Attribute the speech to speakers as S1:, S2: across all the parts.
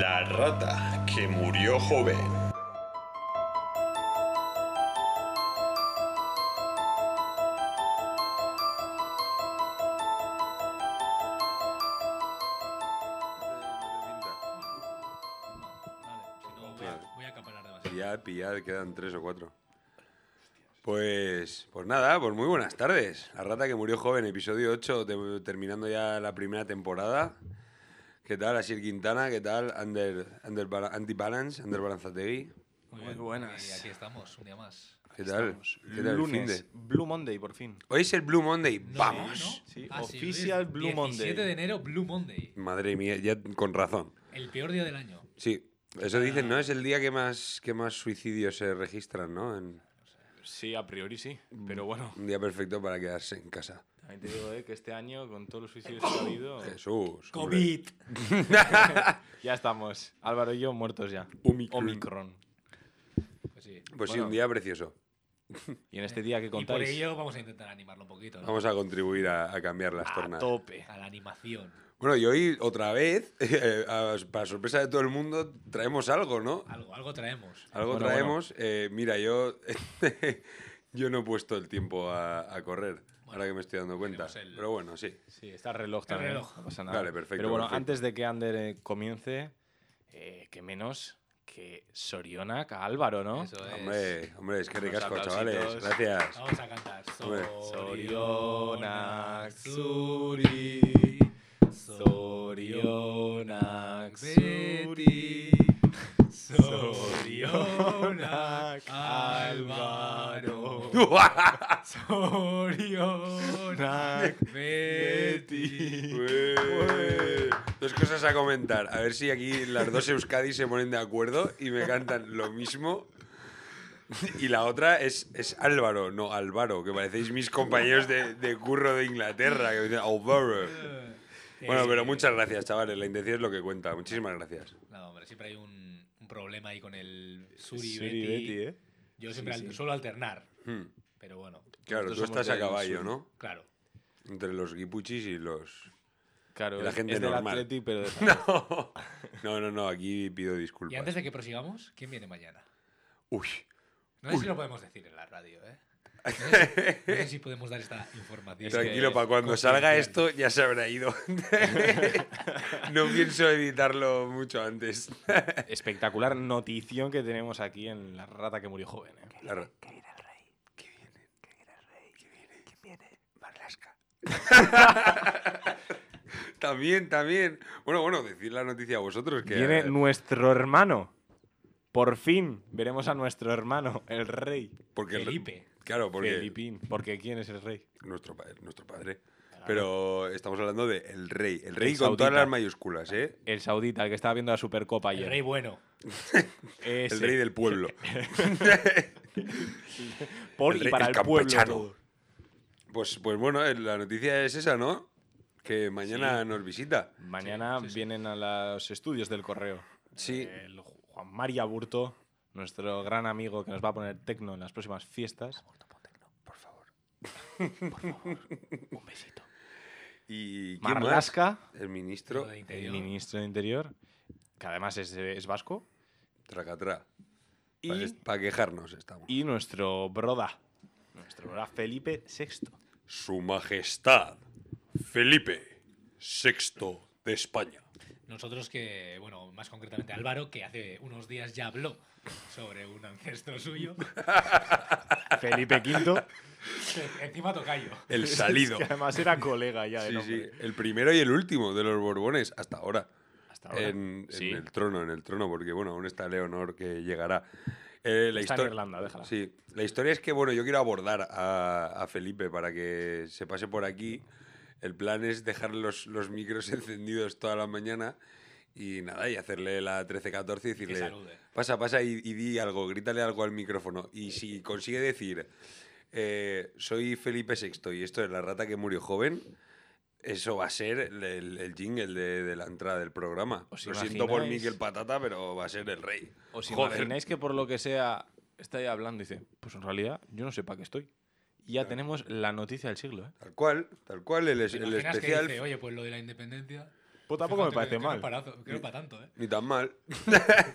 S1: La rata que murió joven.
S2: Vale, si no voy,
S3: Vale.
S2: a, voy a acaparar demasiado.
S3: Pillar, pillar, quedan tres o cuatro. Pues, pues nada, pues muy buenas tardes. La rata que murió joven, episodio 8, te- terminando ya la primera temporada. ¿Qué tal, Asir Quintana? ¿Qué tal, Under, under, Antibalance, Under Balanzategui?
S4: Muy
S2: Muy, bien.
S4: buenas.
S2: Y aquí estamos, un día más.
S3: ¿Qué tal?
S4: Estamos.
S3: ¿Qué tal el
S4: Lunes,
S3: finde?
S4: Blue Monday, por fin.
S3: Hoy es el Blue Monday,
S2: No,
S3: vamos.
S2: ¿no? Ah,
S4: Sí,
S2: sí,
S4: Official
S2: hoy es
S4: Blue Monday.
S2: 17 de enero, Blue Monday.
S3: Madre mía, ya con razón.
S2: El peor día del año.
S3: Sí, eso dicen, ¿no? Es el día que más, que más suicidios se registran, ¿no? En-
S5: Sí, a priori sí,
S3: Mm.
S5: pero bueno.
S3: un día perfecto para quedarse en casa.
S5: También te digo eh, que este año, con todos los suicidios que ha habido,
S3: Jesús. hombre.
S2: COVID.
S5: ya estamos. Álvaro y yo muertos ya.
S3: Omicron.
S2: Pues sí.
S3: Pues sí,
S5: Bueno.
S3: un día precioso.
S5: Y en este día que
S2: Y por
S5: contáis,
S2: ello vamos a intentar animarlo un poquito. ¿no?
S3: Vamos a contribuir a, a cambiar las
S4: A
S3: tornas.
S4: tope.
S2: A la animación.
S3: Bueno, y hoy otra vez, eh, a- para sorpresa de todo el mundo, traemos algo, ¿no?
S2: Algo, algo traemos.
S3: Algo
S5: Bueno,
S3: traemos. Eh, mira, yo, yo no he puesto el tiempo a, a correr, ahora que me estoy dando cuenta.
S2: tenemos el-
S3: Pero bueno, sí.
S5: sí, está el reloj también.
S2: reloj.
S5: No pasa nada.
S3: Vale, perfecto,
S5: Pero bueno,
S3: perfecto.
S5: antes de que Ander eh, comience, eh, que menos que Sorionak a Álvaro, ¿no?
S2: Eso es.
S3: Hombre, hombre, es que
S5: Unos
S3: ricasco,
S5: aplausitos.
S3: chavales. Gracias.
S2: Vamos a cantar.
S3: Hombre.
S5: Sorionak
S2: Suri.
S5: Sorionak
S2: Beti. Sorionak Álvaro. Sorionak Beti.
S3: Ué. Dos cosas a comentar. A ver si aquí las dos Euskadi se ponen de acuerdo y me cantan lo mismo. Y la otra es, es Álvaro, no Álvaro, que parecéis mis compañeros de, de curro de Inglaterra, que me dicen Álvaro. Bueno, pero muchas gracias, chavales. La intención es lo que cuenta. Muchísimas gracias.
S2: No, hombre, siempre hay un, un problema ahí con el Suri,
S5: Suri
S2: Beti.
S5: Beti, ¿eh?
S2: Yo siempre
S5: Sí,
S2: al-
S5: sí.
S2: suelo alternar,
S3: Hmm.
S2: pero bueno,
S3: Claro,
S4: Nosotros
S3: tú
S4: somos
S3: estás a
S4: del
S3: caballo,
S4: sur.
S3: ¿no?
S2: claro.
S3: Entre los guipuchis y los...
S5: Claro,
S3: La
S5: es-
S3: gente
S5: es del
S3: normal.
S5: Atleti, pero de-
S3: No, no, no, no, aquí pido disculpas.
S2: Y antes de que prosigamos, ¿quién viene mañana?
S3: Uy,
S2: No sé si lo podemos decir en la radio, ¿eh? No sé, no sé si podemos dar esta información.
S5: Es
S3: Tranquilo,
S5: que
S3: para cuando salga
S2: confidencial.
S3: esto ya se habrá ido. no pienso editarlo mucho antes.
S5: espectacular notición que tenemos aquí en La Rata que murió joven. ¿eh?
S3: La ra- También, también. Bueno, bueno, decir la noticia a vosotros que
S5: Viene
S3: eh,
S5: nuestro hermano. Por fin veremos a nuestro hermano, el rey.
S3: porque el-
S2: Felipe.
S3: Claro, porque
S5: Felipín. Porque ¿quién es el rey?
S3: nuestro padre, nuestro padre. Pero estamos hablando de el rey, el rey
S5: El
S3: con todas
S5: saudita.
S3: las mayúsculas, ¿eh?
S5: El saudita, el que estaba viendo la Supercopa
S2: El
S5: ayer.
S2: rey bueno.
S5: Ese.
S3: El rey del pueblo.
S5: Por
S3: el
S5: y
S3: rey-
S5: para
S3: el
S5: el, pueblo.
S3: campechano.
S5: todo.
S3: Pues, pues bueno, eh, la noticia es esa, ¿no? Que mañana nos visita.
S5: Mañana
S2: Sí, sí, sí.
S5: vienen a los estudios del correo.
S3: Sí.
S5: El Juan María Burto, nuestro gran amigo que nos va a poner tecno en las próximas fiestas.
S3: ¿Y quién más?
S5: Marlasca.
S3: El ministro
S2: Lo de
S5: el
S2: interior.
S5: ministro de Interior, que además es, eh, es vasco,
S3: Tracatrá.
S5: Y-
S3: Para quejarnos estamos.
S5: y nuestro broda, nuestro broda Felipe VI.
S3: Su Majestad Felipe VI de España.
S2: Nosotros que, bueno, más concretamente Álvaro, que hace unos días ya habló sobre un ancestro suyo.
S5: Felipe V,
S2: Encima tocayo.
S3: El salido.
S5: que además era colega ya de
S3: Sí, sí,
S5: nombre.
S3: el primero y el último de los Borbones hasta ahora.
S5: Hasta ahora.
S3: En, en
S5: Sí.
S3: el trono, en el trono, porque bueno, aún está Leonor que llegará. Eh, la
S5: Está en
S3: histo-
S5: Irlanda, déjala.
S3: Sí, la historia es que, bueno, yo quiero abordar a, a Felipe para que se pase por aquí. El plan es dejar los, los micros encendidos toda la mañana y nada, y hacerle la 13-14 y
S2: Que
S3: decirle,
S2: salude.
S3: pasa, pasa y, y di algo, grítale algo al micrófono. Y si consigue decir, eh, soy Felipe VI y esto es la rata que murió joven, eso va a ser el, el- el jingle de, de la entrada del programa. Lo
S5: ¿Os
S3: siento por
S5: imagináis?
S3: Miguel Patata, pero va a ser el rey.
S5: ¿Os
S3: Joder.
S5: imagináis que por lo que sea está ahí hablando y dice, pues en realidad yo no sé para qué estoy? Y ya tenemos la noticia del siglo, ¿eh?
S3: Tal cual, tal cual, el, es-
S2: ¿Te
S3: el
S2: imaginas que
S3: especial.
S2: dice, oye, pues lo de la independencia.
S4: Pues tampoco me
S2: Fíjate
S4: parece
S2: que- que no es
S4: mal.
S2: parazo- que no es para tanto, ¿eh?
S3: Ni tan mal.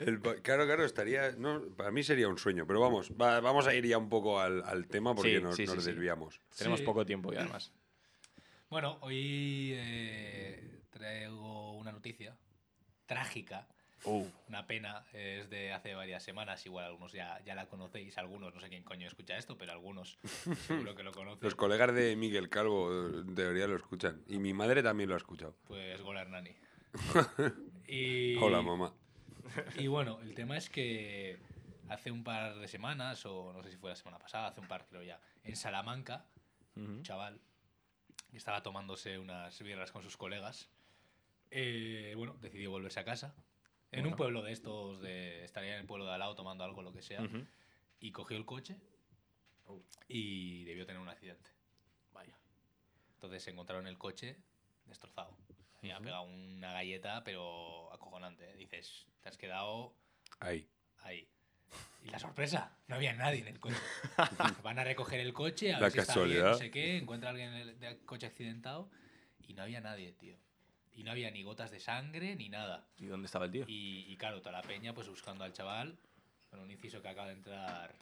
S3: El pa- claro, claro, estaría. No, para mí sería un sueño, pero vamos, va- vamos a ir ya un poco al, al tema porque
S5: Sí,
S3: nos,
S5: sí, sí,
S3: nos
S5: sí.
S3: desviamos.
S5: Tenemos
S2: Sí.
S5: poco tiempo y además.
S2: Bueno, hoy eh, traigo una noticia trágica.
S4: Uh.
S2: Una pena, es de hace varias semanas, igual algunos ya, ya la conocéis, algunos, no sé quién coño escucha esto, pero algunos seguro que lo conocen.
S3: Los colegas de Miguel Calvo eh, en teoría lo escuchan. Y mi madre también lo ha escuchado.
S2: Pues Gol Hernani. y,
S3: Hola, mamá.
S2: Y bueno, el tema es que hace un par de semanas, o no sé si fue la semana pasada, hace un par creo ya, en Salamanca, un chaval que estaba tomándose unas birras con sus colegas, eh, bueno, decidió volverse a casa. En un pueblo de estos, de, estaría en el pueblo de al lado tomando algo, lo que sea,
S5: Ujú.
S2: y cogió el coche y debió tener un accidente. Vaya. Entonces se encontraron el coche destrozado. Había pegado una galleta, pero acojonante. ¿eh? Dices, te has quedado
S3: Ahí.
S2: ahí. Y la sorpresa, no había nadie en el coche. Van a recoger el coche, a
S3: La
S2: ver si está bien,
S3: casualidad.
S2: no sé qué, encuentra alguien en el de- coche accidentado y no había nadie, tío. Y no había ni gotas de sangre ni nada.
S5: ¿Y dónde estaba el tío?
S2: Y, y claro, toda la peña pues buscando al chaval. Bueno, un inciso que acaba de entrar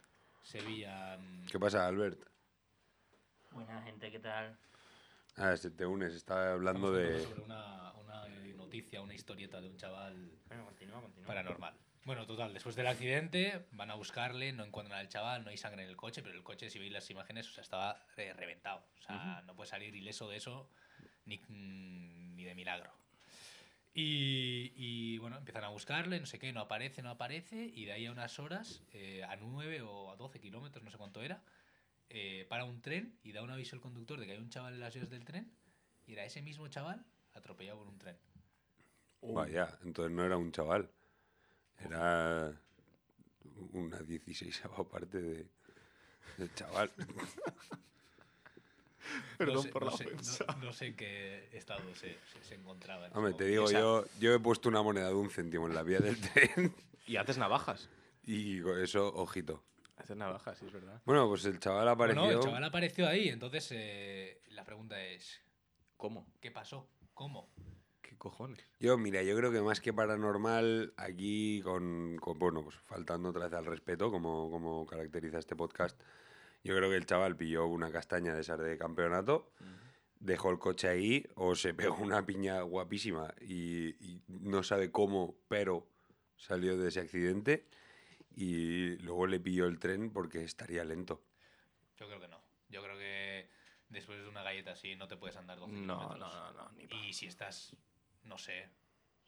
S2: Sevilla. mm,
S3: ¿Qué pasa, Albert?
S6: Buena gente, ¿qué tal?
S3: Ah, se te unes, está hablando
S2: estamos
S3: de.
S2: sobre una, una eh, noticia, una historieta de un chaval
S6: Bueno, continúa, continúa.
S2: paranormal. Bueno, total, después del accidente van a buscarle, no encuentran al chaval, no hay sangre en el coche, pero el coche, si veis las imágenes, o sea, estaba eh, reventado. O sea, no puede salir ileso de eso ni, mm, ni de milagro. Y, y, bueno, empiezan a buscarle, no sé qué, no aparece, no aparece, y de ahí a unas horas, eh, a 9 o a 12 kilómetros, no sé cuánto era, eh, para un tren y da un aviso al conductor de que hay un chaval en las vías del tren, y era ese mismo chaval atropellado por un tren.
S3: Vaya, entonces no era un chaval. Era una 16 parte de, del chaval.
S4: Perdón
S2: no sé,
S4: por
S2: no
S4: la
S2: sé,
S4: ofensa.
S2: no, no sé qué estado se, se, se encontraba. en ese
S3: Hombre, te digo,
S2: momento.
S3: yo, yo he puesto una moneda de un céntimo en la vía del tren
S5: Y haces navajas.
S3: y con eso, ojito.
S5: Haces navajas, sí, es verdad.
S3: Bueno, pues el chaval
S2: Bueno,
S3: apareció.
S2: el chaval apareció ahí, entonces eh, la pregunta es,
S5: ¿Cómo?
S2: ¿qué pasó? ¿Cómo?
S5: ¿Qué cojones?
S3: Yo, mira, yo creo que más que paranormal, aquí con, con- bueno, pues faltando otra vez al respeto, como, como caracteriza este podcast, yo creo que el chaval pilló una castaña de esas de campeonato, dejó el coche ahí o se pegó una piña guapísima y, y no sabe cómo, pero salió de ese accidente y luego le pilló el tren porque estaría lento.
S2: Yo creo que no. Yo creo que después de una galleta así no te puedes andar 12
S5: No, no,
S2: kilómetros.
S5: no, no, ni pa.
S2: Y si estás, no sé,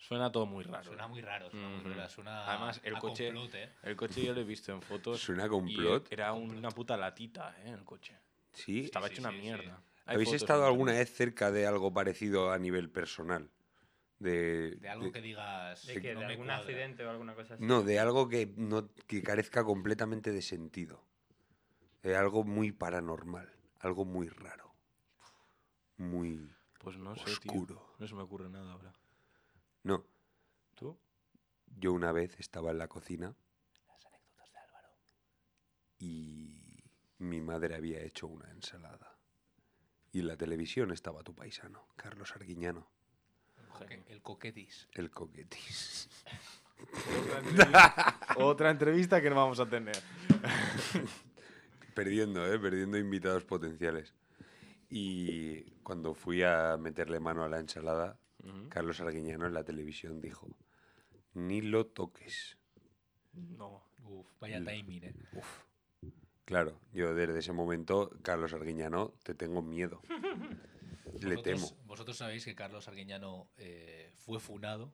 S5: Suena todo muy raro.
S2: suena
S5: ¿eh?
S2: muy raro, suena, muy
S5: Ujú.
S2: raro, suena
S5: Además, el
S2: a
S5: coche-
S2: complot, ¿eh?
S5: El coche yo lo he visto en fotos.
S3: ¿Suena
S5: y eh,
S3: complot?
S5: Era una puta latita, ¿eh? El coche.
S3: Sí.
S5: Estaba
S2: sí,
S5: hecho una
S2: sí, sí.
S5: mierda. Hay
S3: ¿Habéis
S5: fotos
S3: estado
S5: en
S3: alguna
S5: internet.
S3: vez cerca de algo parecido a nivel personal? De,
S2: De algo
S3: de-
S2: que digas...
S6: ¿De qué?
S2: no
S6: ¿De
S2: me
S6: algún
S2: cuadra.
S6: accidente o alguna cosa así?
S3: No, de algo que, no, que carezca completamente de sentido. De algo muy paranormal, algo muy raro. Muy...
S5: Pues no sé, tío.
S3: Oscuro.
S5: No se me ocurre nada ahora.
S3: No,
S5: ¿Tú?
S3: yo una vez estaba en la cocina y mi madre había hecho una ensalada. Y en la televisión estaba tu paisano, Carlos Arguiñano,
S2: El coque- El coquetis.
S3: el coquetis.
S4: Otra entrevista, otra entrevista que no vamos a tener.
S3: Perdiendo, ¿eh? Perdiendo invitados potenciales. Y cuando fui a meterle mano a la ensalada,
S5: Ujú.
S3: Carlos Arguiñano en la televisión dijo, ni lo toques.
S5: No.
S2: Uf, vaya timing, ¿eh?
S3: Uf. Claro, yo desde ese momento, Carlos Arguiñano, te tengo miedo. Le temo.
S2: Vosotros- Vosotros sabéis que Carlos Arguiñano eh, fue funado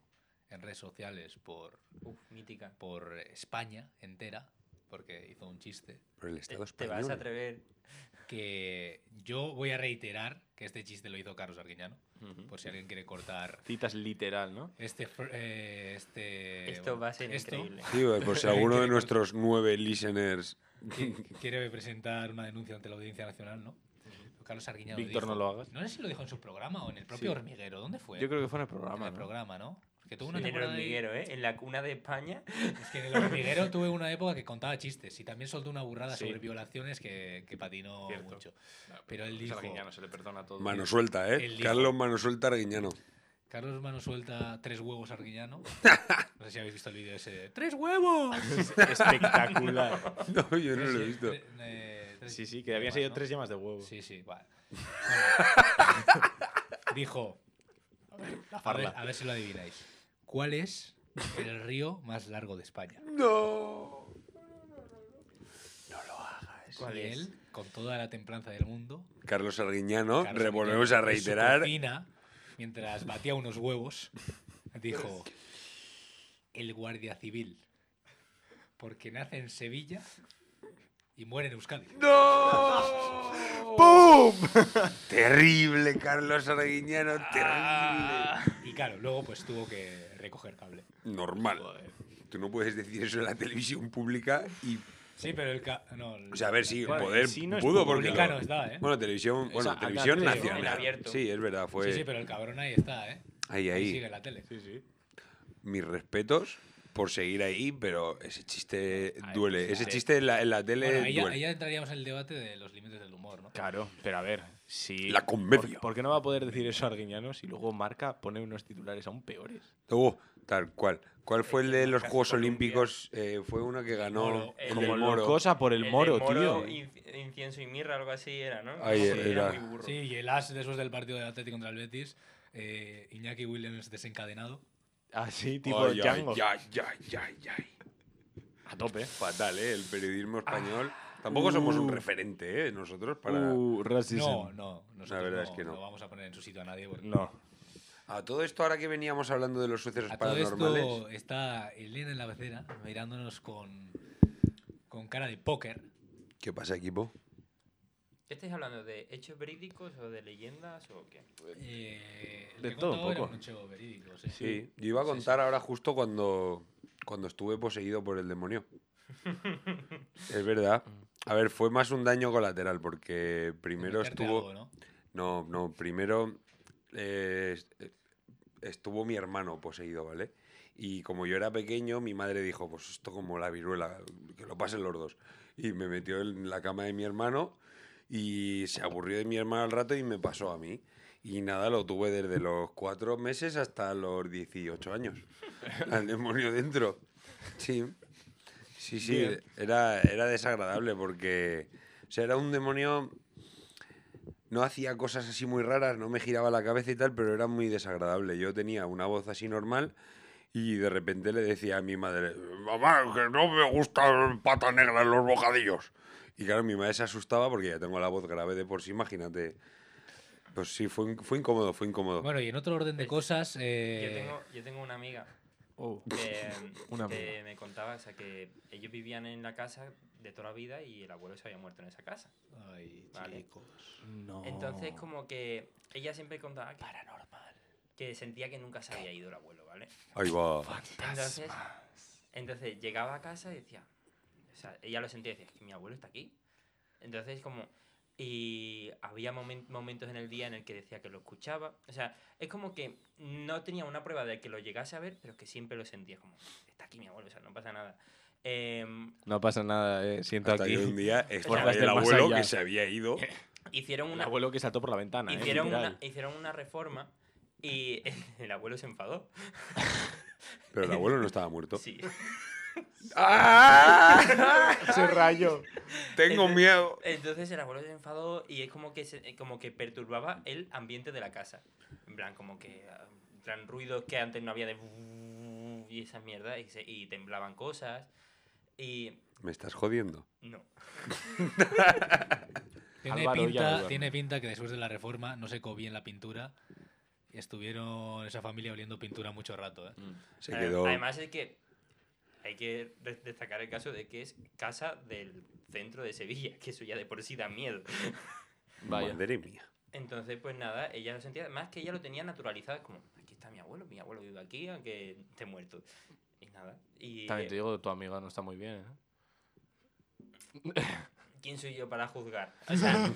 S2: en redes sociales por,
S6: Uf, mítica.
S2: por España entera, porque hizo un chiste.
S3: Por el Estado
S6: Te, eh, te vas a
S3: español.
S6: atrever.
S2: Eh, Que yo voy a reiterar que este chiste lo hizo Carlos Arguiñano,
S5: Ujú.
S2: por si alguien quiere cortar
S5: Pues, Citas literal, ¿no?
S2: este. fr- eh, este
S6: Esto
S2: bueno,
S6: va a ser
S2: esto.
S6: increíble.
S3: Sí, pues, por si alguno de nuestros nueve listeners...
S2: Qui- Quiere presentar una denuncia ante la Audiencia Nacional, ¿no? Carlos Arguiñano.
S5: Víctor,
S2: dijo-
S5: no lo hagas.
S2: No sé si lo dijo en su programa o en el propio
S5: Sí.
S2: hormiguero. ¿Dónde fue?
S5: Yo creo que fue en el
S2: en
S5: programa.
S2: el
S5: ¿no?
S2: programa, ¿no? Porque tuvo una
S6: En el
S2: temporada ahí-
S6: hormiguero, ¿eh? En la cuna de España.
S2: Es que en el hormiguero tuve una época que contaba chistes y también soltó una burrada
S5: Sí.
S2: sobre violaciones que, que patinó
S5: Cierto.
S2: mucho. Pero él dijo,
S5: se le perdona todo.
S3: Mano suelta, ¿eh?
S2: Él dijo-
S3: Carlos Mano suelta Arguiñano.
S2: Carlos Mano suelta tres huevos a Arguiñano. No sé si habéis visto el vídeo ese. de, ¡Tres huevos!
S5: Espectacular.
S3: No, yo no lo he
S2: Tres-
S3: visto.
S2: tre- eh, tres-
S5: Sí, sí, que habían sido
S2: ¿no?
S5: tres llamas de huevo.
S2: Sí, sí, vale. Bueno. dijo. A ver,
S5: farla.
S2: a ver si lo adivináis. ¿Cuál es el río más largo de España?
S3: No.
S2: Y él, con toda la templanza del mundo,
S3: Carlos Arguiñano,
S2: Carlos
S3: re- volvemos a
S2: Miguel, en su
S3: reiterar.
S2: cocina, mientras batía unos huevos, dijo: El guardia civil. Porque nace en Sevilla y muere en Euskadi.
S3: ¡No!
S4: ¡Pum!
S3: Terrible, Carlos Arguiñano, terrible.
S2: Y claro, luego pues tuvo que recoger cable.
S3: Normal. Tú no puedes decir eso en la televisión pública y.
S2: Sí, pero el. ca- no, el-
S3: O sea, a ver, sí,
S5: Bueno,
S3: poder
S5: en sí no es
S3: pudo porque.
S5: pública,
S2: Pública
S3: lo-
S2: no está, ¿eh?
S3: Bueno, televisión, bueno,
S5: acá
S3: televisión
S5: te-
S3: nacional.
S6: en abierto.
S3: Sí, es verdad, fue.
S2: Sí, sí, pero el cabrón ahí está, ¿eh?
S3: pues Ahí,
S2: Ahí
S3: ahí.
S2: sigue en la tele.
S5: Sí, sí.
S3: Mis respetos por seguir ahí, pero ese chiste
S5: Ay,
S3: duele.
S5: pues,
S3: ese
S5: sí.
S3: chiste en la, en la tele
S2: Bueno, ahí ya,
S3: duele.
S2: ahí ya entraríamos en el debate de los límites del humor, ¿no?
S5: Claro, pero a ver, si.
S3: La comedia.
S5: ¿Por, por qué no va a poder decir eso a Arguiñano si luego marca pone unos titulares aún peores?
S3: Uh, tal cual. ¿Cuál fue el de los
S6: Casi
S3: Juegos
S6: Colombia.
S3: Olímpicos? Eh, fue uno que ganó
S2: Moro.
S3: el,
S6: Como
S3: del
S5: Como
S3: Moro.
S5: cosa por el,
S6: de
S5: moro, tío.
S6: inci- Incienso y mirra, algo así era, ¿no?
S3: Ahí
S6: Como que
S3: era.
S6: muy burro.
S2: Sí, y el as de esos del partido del Atlético contra el Betis, eh, Iñaki Williams desencadenado.
S5: Así, tipo
S3: Ay, ay,
S5: Django.
S3: ay, ay, ay, ay.
S5: A tope.
S3: Fatal, ¿eh? El
S2: Ah,
S3: periodismo español. Tampoco somos
S2: uh.
S3: un referente, ¿eh? Nosotros para...
S5: Uh, racism.
S2: No, no, nosotros
S3: verdad es
S2: no,
S3: que no.
S2: no vamos a poner en su sitio a nadie. Porque
S5: No.
S3: A todo esto, ahora que veníamos hablando de los sucesos
S2: a todo
S3: paranormales...
S2: esto está Elena en la becera mirándonos con, con cara de póker.
S3: ¿Qué pasa, equipo?
S6: ¿Qué estáis hablando? ¿De hechos verídicos o de leyendas o qué?
S2: Eh, el
S5: De
S2: que
S5: todo un
S2: contaba era
S5: poco.
S2: un hecho verídico, sí.
S3: Sí. Yo iba a contar ahora justo cuando, cuando estuve poseído por el demonio. es verdad. A ver, fue más un daño colateral porque primero
S2: Meterte
S3: estuvo...
S2: algo, ¿no?
S3: No, no, primero eh, est- eh, estuvo mi hermano poseído, ¿vale? Y como yo era pequeño, mi madre dijo, pues esto como la viruela, que lo pasen los dos. Y me metió en la cama de mi hermano y se aburrió de mi hermano al rato y me pasó a mí. Y nada, lo tuve desde los cuatro meses hasta los 18 años. Al demonio dentro. Sí. Sí, sí,
S5: Bien.
S3: era, era desagradable porque... O sea, era un demonio no hacía cosas así muy raras, no me giraba la cabeza y tal, pero era muy desagradable. Yo tenía una voz así normal y de repente le decía a mi madre, mamá, que no me gusta el pata negra en los bocadillos. Y claro, mi madre se asustaba porque ya tengo la voz grave de por sí, imagínate. Pues sí, fue, in- fue incómodo, fue incómodo.
S2: Bueno, y en otro orden de cosas, eh,
S6: Yo, tengo, yo tengo una amiga
S5: Oh.
S6: que,
S5: Una
S6: que
S5: amiga.
S6: me contaba, o sea, que ellos vivían en la casa de toda la vida y el abuelo se había muerto en esa casa.
S2: Ay,
S6: Vale.
S2: chicos.
S5: No.
S6: Entonces, como que ella siempre contaba que paranormal. Que sentía que nunca se había ido el abuelo, ¿vale?
S3: Ahí va.
S6: Entonces, entonces llegaba a casa y decía, o sea, ella lo sentía y decía, "Es que mi abuelo está aquí. Entonces, como, y había momen- momentos en el día en el que decía que lo escuchaba. O sea, es como que no tenía una prueba de que lo llegase a ver, pero que siempre lo sentía como, está aquí mi abuelo, o sea, no pasa nada. Em,
S5: No pasa nada, eh, siento
S3: Hasta
S5: aquí.
S3: que un día estaba
S5: vas
S3: el
S5: del más
S3: abuelo
S5: allá.
S3: que se había ido.
S6: hicieron
S5: Un
S6: una,
S5: abuelo que saltó por la ventana. eh,
S6: hicieron,
S5: literal.
S6: una, hicieron una reforma y el abuelo se enfadó.
S3: Pero el abuelo no estaba muerto.
S6: Sí.
S3: ¡Ah!
S5: Se rayó.
S3: Tengo
S6: Entonces-
S3: miedo.
S6: Entonces el abuelo se enfadó y es como que, se- eh, como que perturbaba el ambiente de la casa. En plan, como que. ah, En plan, ruidos que antes no había de. Y esas mierdas. Y, se- y temblaban cosas. Y.
S3: Me estás jodiendo.
S6: No.
S2: Tiene,
S5: Álvaro ya lo
S2: pinta,
S5: duerme.
S2: tiene pinta que después de la reforma no secó bien la pintura y estuvieron esa familia oliendo pintura mucho rato. ¿eh?
S3: Se
S6: Adem-
S3: quedó.
S6: Además es que. Hay que re- destacar el caso de que es casa del centro de Sevilla, que eso ya de por sí da miedo.
S5: Vaya.
S3: Madre mía.
S6: Entonces, pues nada, ella lo sentía, más que ella lo tenía naturalizado, como, aquí está mi abuelo, mi abuelo vive aquí, aunque esté muerto. Y nada. Y,
S5: También te digo, tu amiga no está muy bien, ¿eh?
S6: ¿Quién soy yo para juzgar? O sea,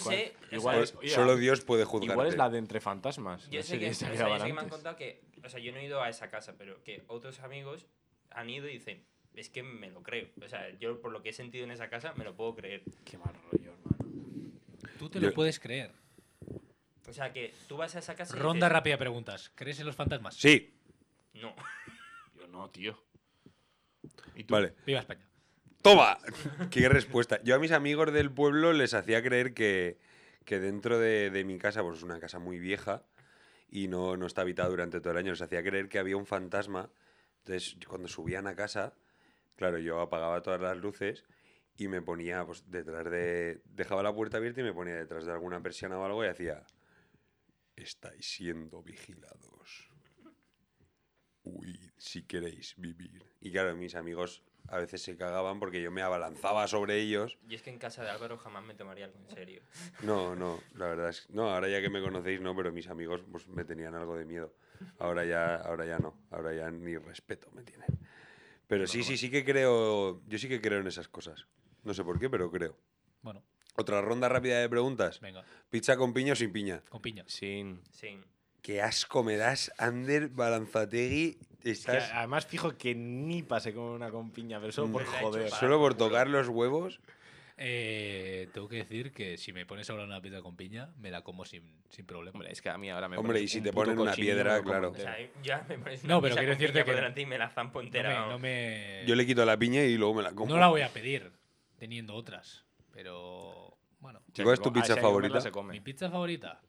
S5: cual.
S6: sé. o sea,
S5: Igual es- oye,
S3: Solo- Pues
S5: ah,
S3: Solo Dios puede juzgarte.
S5: Igual es la de entre fantasmas.
S6: yo
S5: no
S6: sé
S5: sé si se
S6: que, o sea, yo
S5: grababan
S6: sé que me han
S5: antes.
S6: contado que. O sea, yo no he ido a esa casa, pero que otros amigos han ido y dicen, es que me lo creo. O sea, yo por lo que he sentido en esa casa me lo puedo creer.
S5: Qué mal rollo, hermano.
S2: Tú te
S3: Yo-
S2: lo puedes creer.
S6: O sea, que tú vas a esa casa. y
S2: Ronda
S6: dices,
S2: rápida de preguntas. ¿Crees en los fantasmas?
S3: Sí,
S6: No.
S5: Yo no, tío. ¿Y tú?
S3: vale.
S2: Viva España.
S3: ¡Toma! ¡Qué respuesta! Yo a mis amigos del pueblo les hacía creer que, que dentro de, de mi casa, pues es una casa muy vieja y no, no está habitada durante todo el año, les hacía creer que había un fantasma. Entonces, yo cuando subían a casa, claro, yo apagaba todas las luces y me ponía pues, detrás de... Dejaba la puerta abierta y me ponía detrás de alguna persiana o algo y hacía... Estáis siendo vigilados. Uy, si queréis vivir. Y claro, mis amigos a veces se cagaban porque yo me abalanzaba sobre ellos.
S6: Yo es que en casa de Álvaro jamás me tomaría algo en serio.
S3: No, no, la verdad es no, ahora ya que me conocéis no, pero mis amigos pues, me tenían algo de miedo. Ahora ya, ahora ya no, ahora ya ni respeto me tienen. Pero sí, sí, sí que creo, yo sí que creo en esas cosas. No sé por qué, pero creo.
S2: Bueno,
S3: Otra ronda rápida de preguntas.
S2: venga,
S3: Pizza con piña o sin piña.
S2: con piña. Es
S5: Sin.
S6: Sí.
S3: Qué asco me das, Ander Balanzategui.
S5: Es que
S3: Estás
S5: además fijo que ni pasé con una compiña, pero solo por
S6: Pero la
S3: Mm.
S6: he
S5: joder.
S6: hecho
S3: solo por tocar los huevos.
S2: Eh, tengo que decir que si me pones ahora una pizza con piña, me la como sin, sin problema.
S5: Hombre, es que a mí ahora me
S3: Hombre,
S5: pones
S3: y si
S5: un
S3: te
S5: puto
S3: ponen una
S5: cochinillo,
S3: piedra,
S5: me lo como
S3: claro.
S6: O
S5: entero.
S6: sea, ya me parece
S2: No,
S6: una
S2: pero
S6: pizza
S2: quiero
S6: con
S2: decirte
S6: piña por
S2: que-
S6: delante y me la zampo
S2: No
S6: entera.
S2: me, no
S6: vamos.
S2: me-
S3: Yo le quito la piña y luego me la como.
S2: Eh. no la voy a pedir teniendo otras, pero bueno.
S5: O sea,
S3: ¿Cuál es
S5: que
S3: tu
S5: co-
S3: pizza
S5: ah, si hay que comerla,
S3: favorita?
S5: se
S2: Mi
S5: come.
S2: pizza favorita,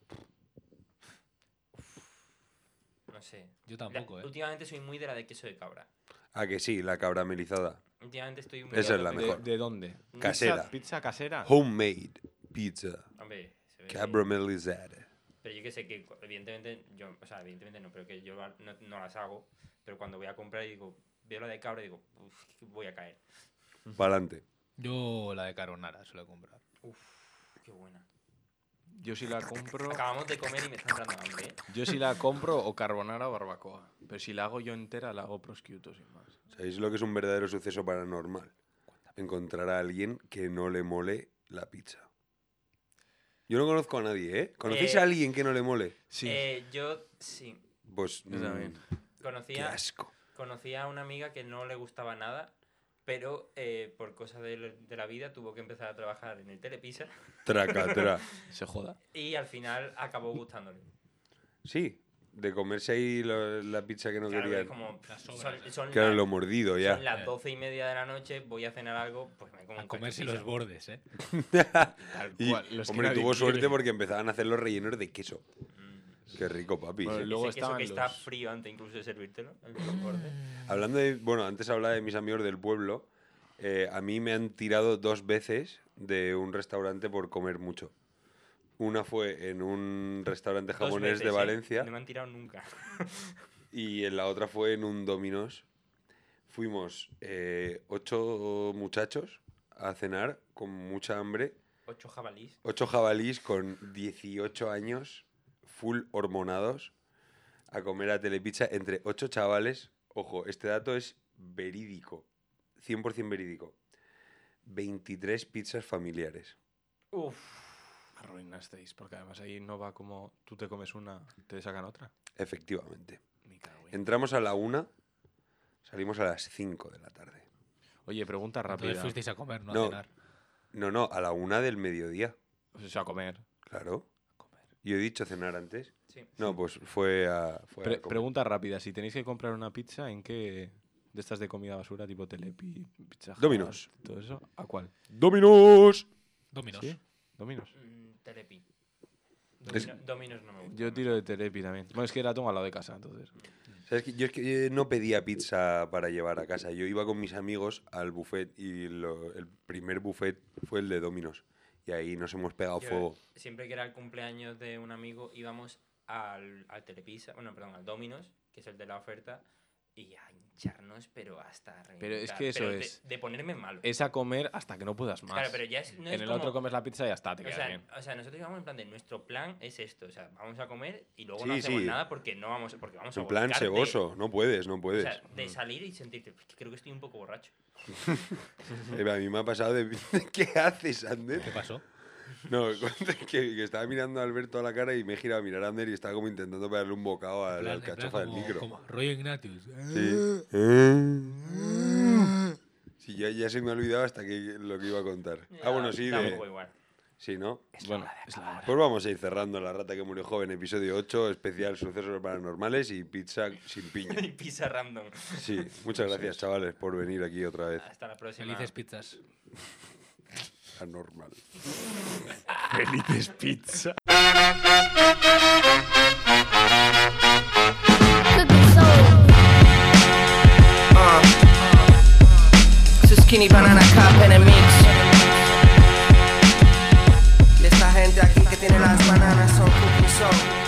S6: No sé.
S2: yo
S6: La-
S2: tampoco, ¿eh?
S6: Últimamente soy muy de la de queso de cabra.
S3: Ah, que sí, la caramelizada.
S6: Últimamente estoy muy.
S3: Esa
S6: a
S3: es la
S6: tope.
S5: ¿De-
S3: mejor.
S5: ¿De, dónde?
S3: Casera.
S5: ¿Pizza, pizza casera?
S3: Homemade pizza.
S6: Hombre, se ve que-
S3: Caramelizada.
S6: Pero yo que sé que, cu- evidentemente, yo, o sea, evidentemente no, pero que yo la- no, no las hago. Pero cuando voy a comprar y digo, veo la de cabra y digo, "Uf, voy a caer.
S3: Para adelante.
S2: Yo la de carbonara suelo comprar.
S6: Uf, qué buena.
S5: Yo sí la compro.
S6: Acabamos de comer y me está entrando hambre. ¿eh?
S5: Yo sí la compro o carbonara o barbacoa. Pero si la hago yo entera, la hago prosciutto sin más.
S3: ¿Sabéis lo que es un verdadero suceso paranormal? Encontrar a alguien que no le mole la pizza. Yo no conozco a nadie, ¿eh? ¿Conocéis
S6: Eh,
S3: a alguien que no le mole?
S5: Sí.
S6: Eh, yo sí.
S3: Pues.
S5: Yo también.
S3: mm, qué
S6: Conocía,
S3: asco.
S6: conocía a una amiga que no le gustaba nada, pero eh, por cosas de, de la vida tuvo que empezar a trabajar en el Telepisa
S3: Traca, tra.
S5: ¿Se joda?
S6: y al final acabó gustándole.
S3: Sí, de comerse ahí lo- la pizza que no
S6: Claro,
S3: querían.
S6: es como,
S2: Las
S6: son,
S2: sobras,
S6: son
S3: Claro,
S6: las-
S3: lo mordido ya.
S6: son las
S2: Eh.
S6: doce y media de la noche, voy a cenar algo, pues me como
S2: A
S6: un
S2: comerse
S6: cacho de
S2: los
S6: pizza.
S2: bordes, ¿eh?
S5: Tal
S3: Y,
S5: cual, los que
S3: hombre,
S5: nadie
S3: tuvo suerte
S5: quiere.
S3: porque empezaban a hacer los rellenos de queso.
S6: Mm.
S3: Qué rico, papi.
S5: Bueno,
S6: Ese
S5: luego
S6: queso
S5: estaban
S6: que está
S5: los-
S6: frío antes incluso de servírtelo.
S5: Mm.
S6: el de los bordes.
S3: Hablando de. Bueno, antes hablaba de mis amigos del pueblo. eh, a mí me han tirado dos veces de un restaurante por comer mucho. Una fue en un restaurante
S6: Dos
S3: japonés
S6: veces,
S3: de
S6: ¿eh?
S3: Valencia
S6: No me han tirado nunca.
S3: y en la otra fue en un Dominos. Fuimos eh, ocho muchachos a cenar con mucha hambre.
S6: Ocho jabalís.
S3: Ocho jabalís con 18 años, full hormonados, a comer a telepizza entre ocho chavales. Ojo, este dato es verídico, 100% verídico. 23 pizzas familiares.
S6: Uf.
S5: Arruinasteis, porque además ahí no va como tú te comes una, te sacan otra.
S3: Efectivamente.
S5: Me cago en-
S3: Entramos a la una, salimos a las 5 de la tarde.
S5: Oye, pregunta
S2: Entonces
S5: rápida.
S2: fuisteis a comer, no,
S3: No.
S2: a cenar.
S3: No, no, a la una del mediodía,
S5: O sea, a comer.
S3: claro. Yo he dicho cenar antes.
S6: Sí.
S3: No, pues fue a... fue a
S5: Pre-
S3: comer.
S5: pregunta rápida, si tenéis que comprar una pizza, ¿en qué de estas de comida basura, tipo Telepi, Pizza Hut,
S3: Domino's.
S5: todo eso? ¿A cuál?
S3: ¡Dominos!
S2: Dominos.
S5: ¿Sí? Dominos.
S6: Mm, Telepi.
S3: Es-
S6: Domino- Dominos no me gusta.
S5: Yo tiro de Telepi también. Bueno, es que la tengo al lado de casa, entonces.
S3: ¿Sabes qué? Yo es que eh, no pedía pizza para llevar a casa. Yo iba con mis amigos al buffet y lo- el primer buffet fue el de Dominos. Y ahí nos hemos pegado
S6: Yo,
S3: fuego.
S6: Siempre que era el cumpleaños de un amigo íbamos al, al Telepisa, bueno, perdón, al Dominos, que es el de la oferta, y a hincharnos, pero hasta
S5: Pero es
S6: reventar,
S5: que eso
S6: pero de-
S5: es-
S6: De, ponerme malo.
S5: Es a comer hasta que no puedas más.
S6: Claro, pero ya es- no es
S5: en el
S6: como-
S5: otro comes la pizza y ya está, te
S6: O
S5: quedas
S6: sea,
S5: bien.
S6: o sea, nosotros íbamos en plan de nuestro plan es esto, o sea, vamos a comer y luego no
S3: Sí,
S6: hacemos
S3: sí.
S6: nada porque no vamos, porque vamos a
S3: En plan Mm.
S6: volcarte.
S3: ceboso. No puedes, no
S6: O
S3: puedes.
S6: sea, de salir y sentirte, "Pues que creo que estoy un poco borracho.
S3: Eh, A mí me ha pasado de... ¿Qué haces, Ander?
S2: ¿Qué pasó?
S3: No, que, que estaba mirando a Alberto a la cara y me he girado a mirar a Ander y estaba como intentando pegarle un bocado a
S2: En
S3: la
S2: plan- en plan
S3: alcachofa del
S2: como-
S3: micro.
S2: como rollo Ignatius.
S3: Sí. Eh. Sí, ya, ya se me ha olvidado hasta que lo que iba a contar. Ah, bueno, sí,
S6: Da un
S3: de-
S6: poco igual.
S3: Sí, ¿no?
S5: bueno, es la hora.
S3: Pues vamos a ir cerrando La Rata que Murió Joven, episodio 8, especial sucesos paranormales y pizza sin piña.
S6: y pizza random.
S3: Sí, muchas gracias, chavales, por venir aquí otra vez.
S6: Hasta la próxima.
S2: Felices pizzas.
S3: Anormal.
S5: Felices pizza.
S7: Cooking soul.
S8: Su skinny banana cup en el mix. Y esta gente aquí que tiene las bananas son cooking soul.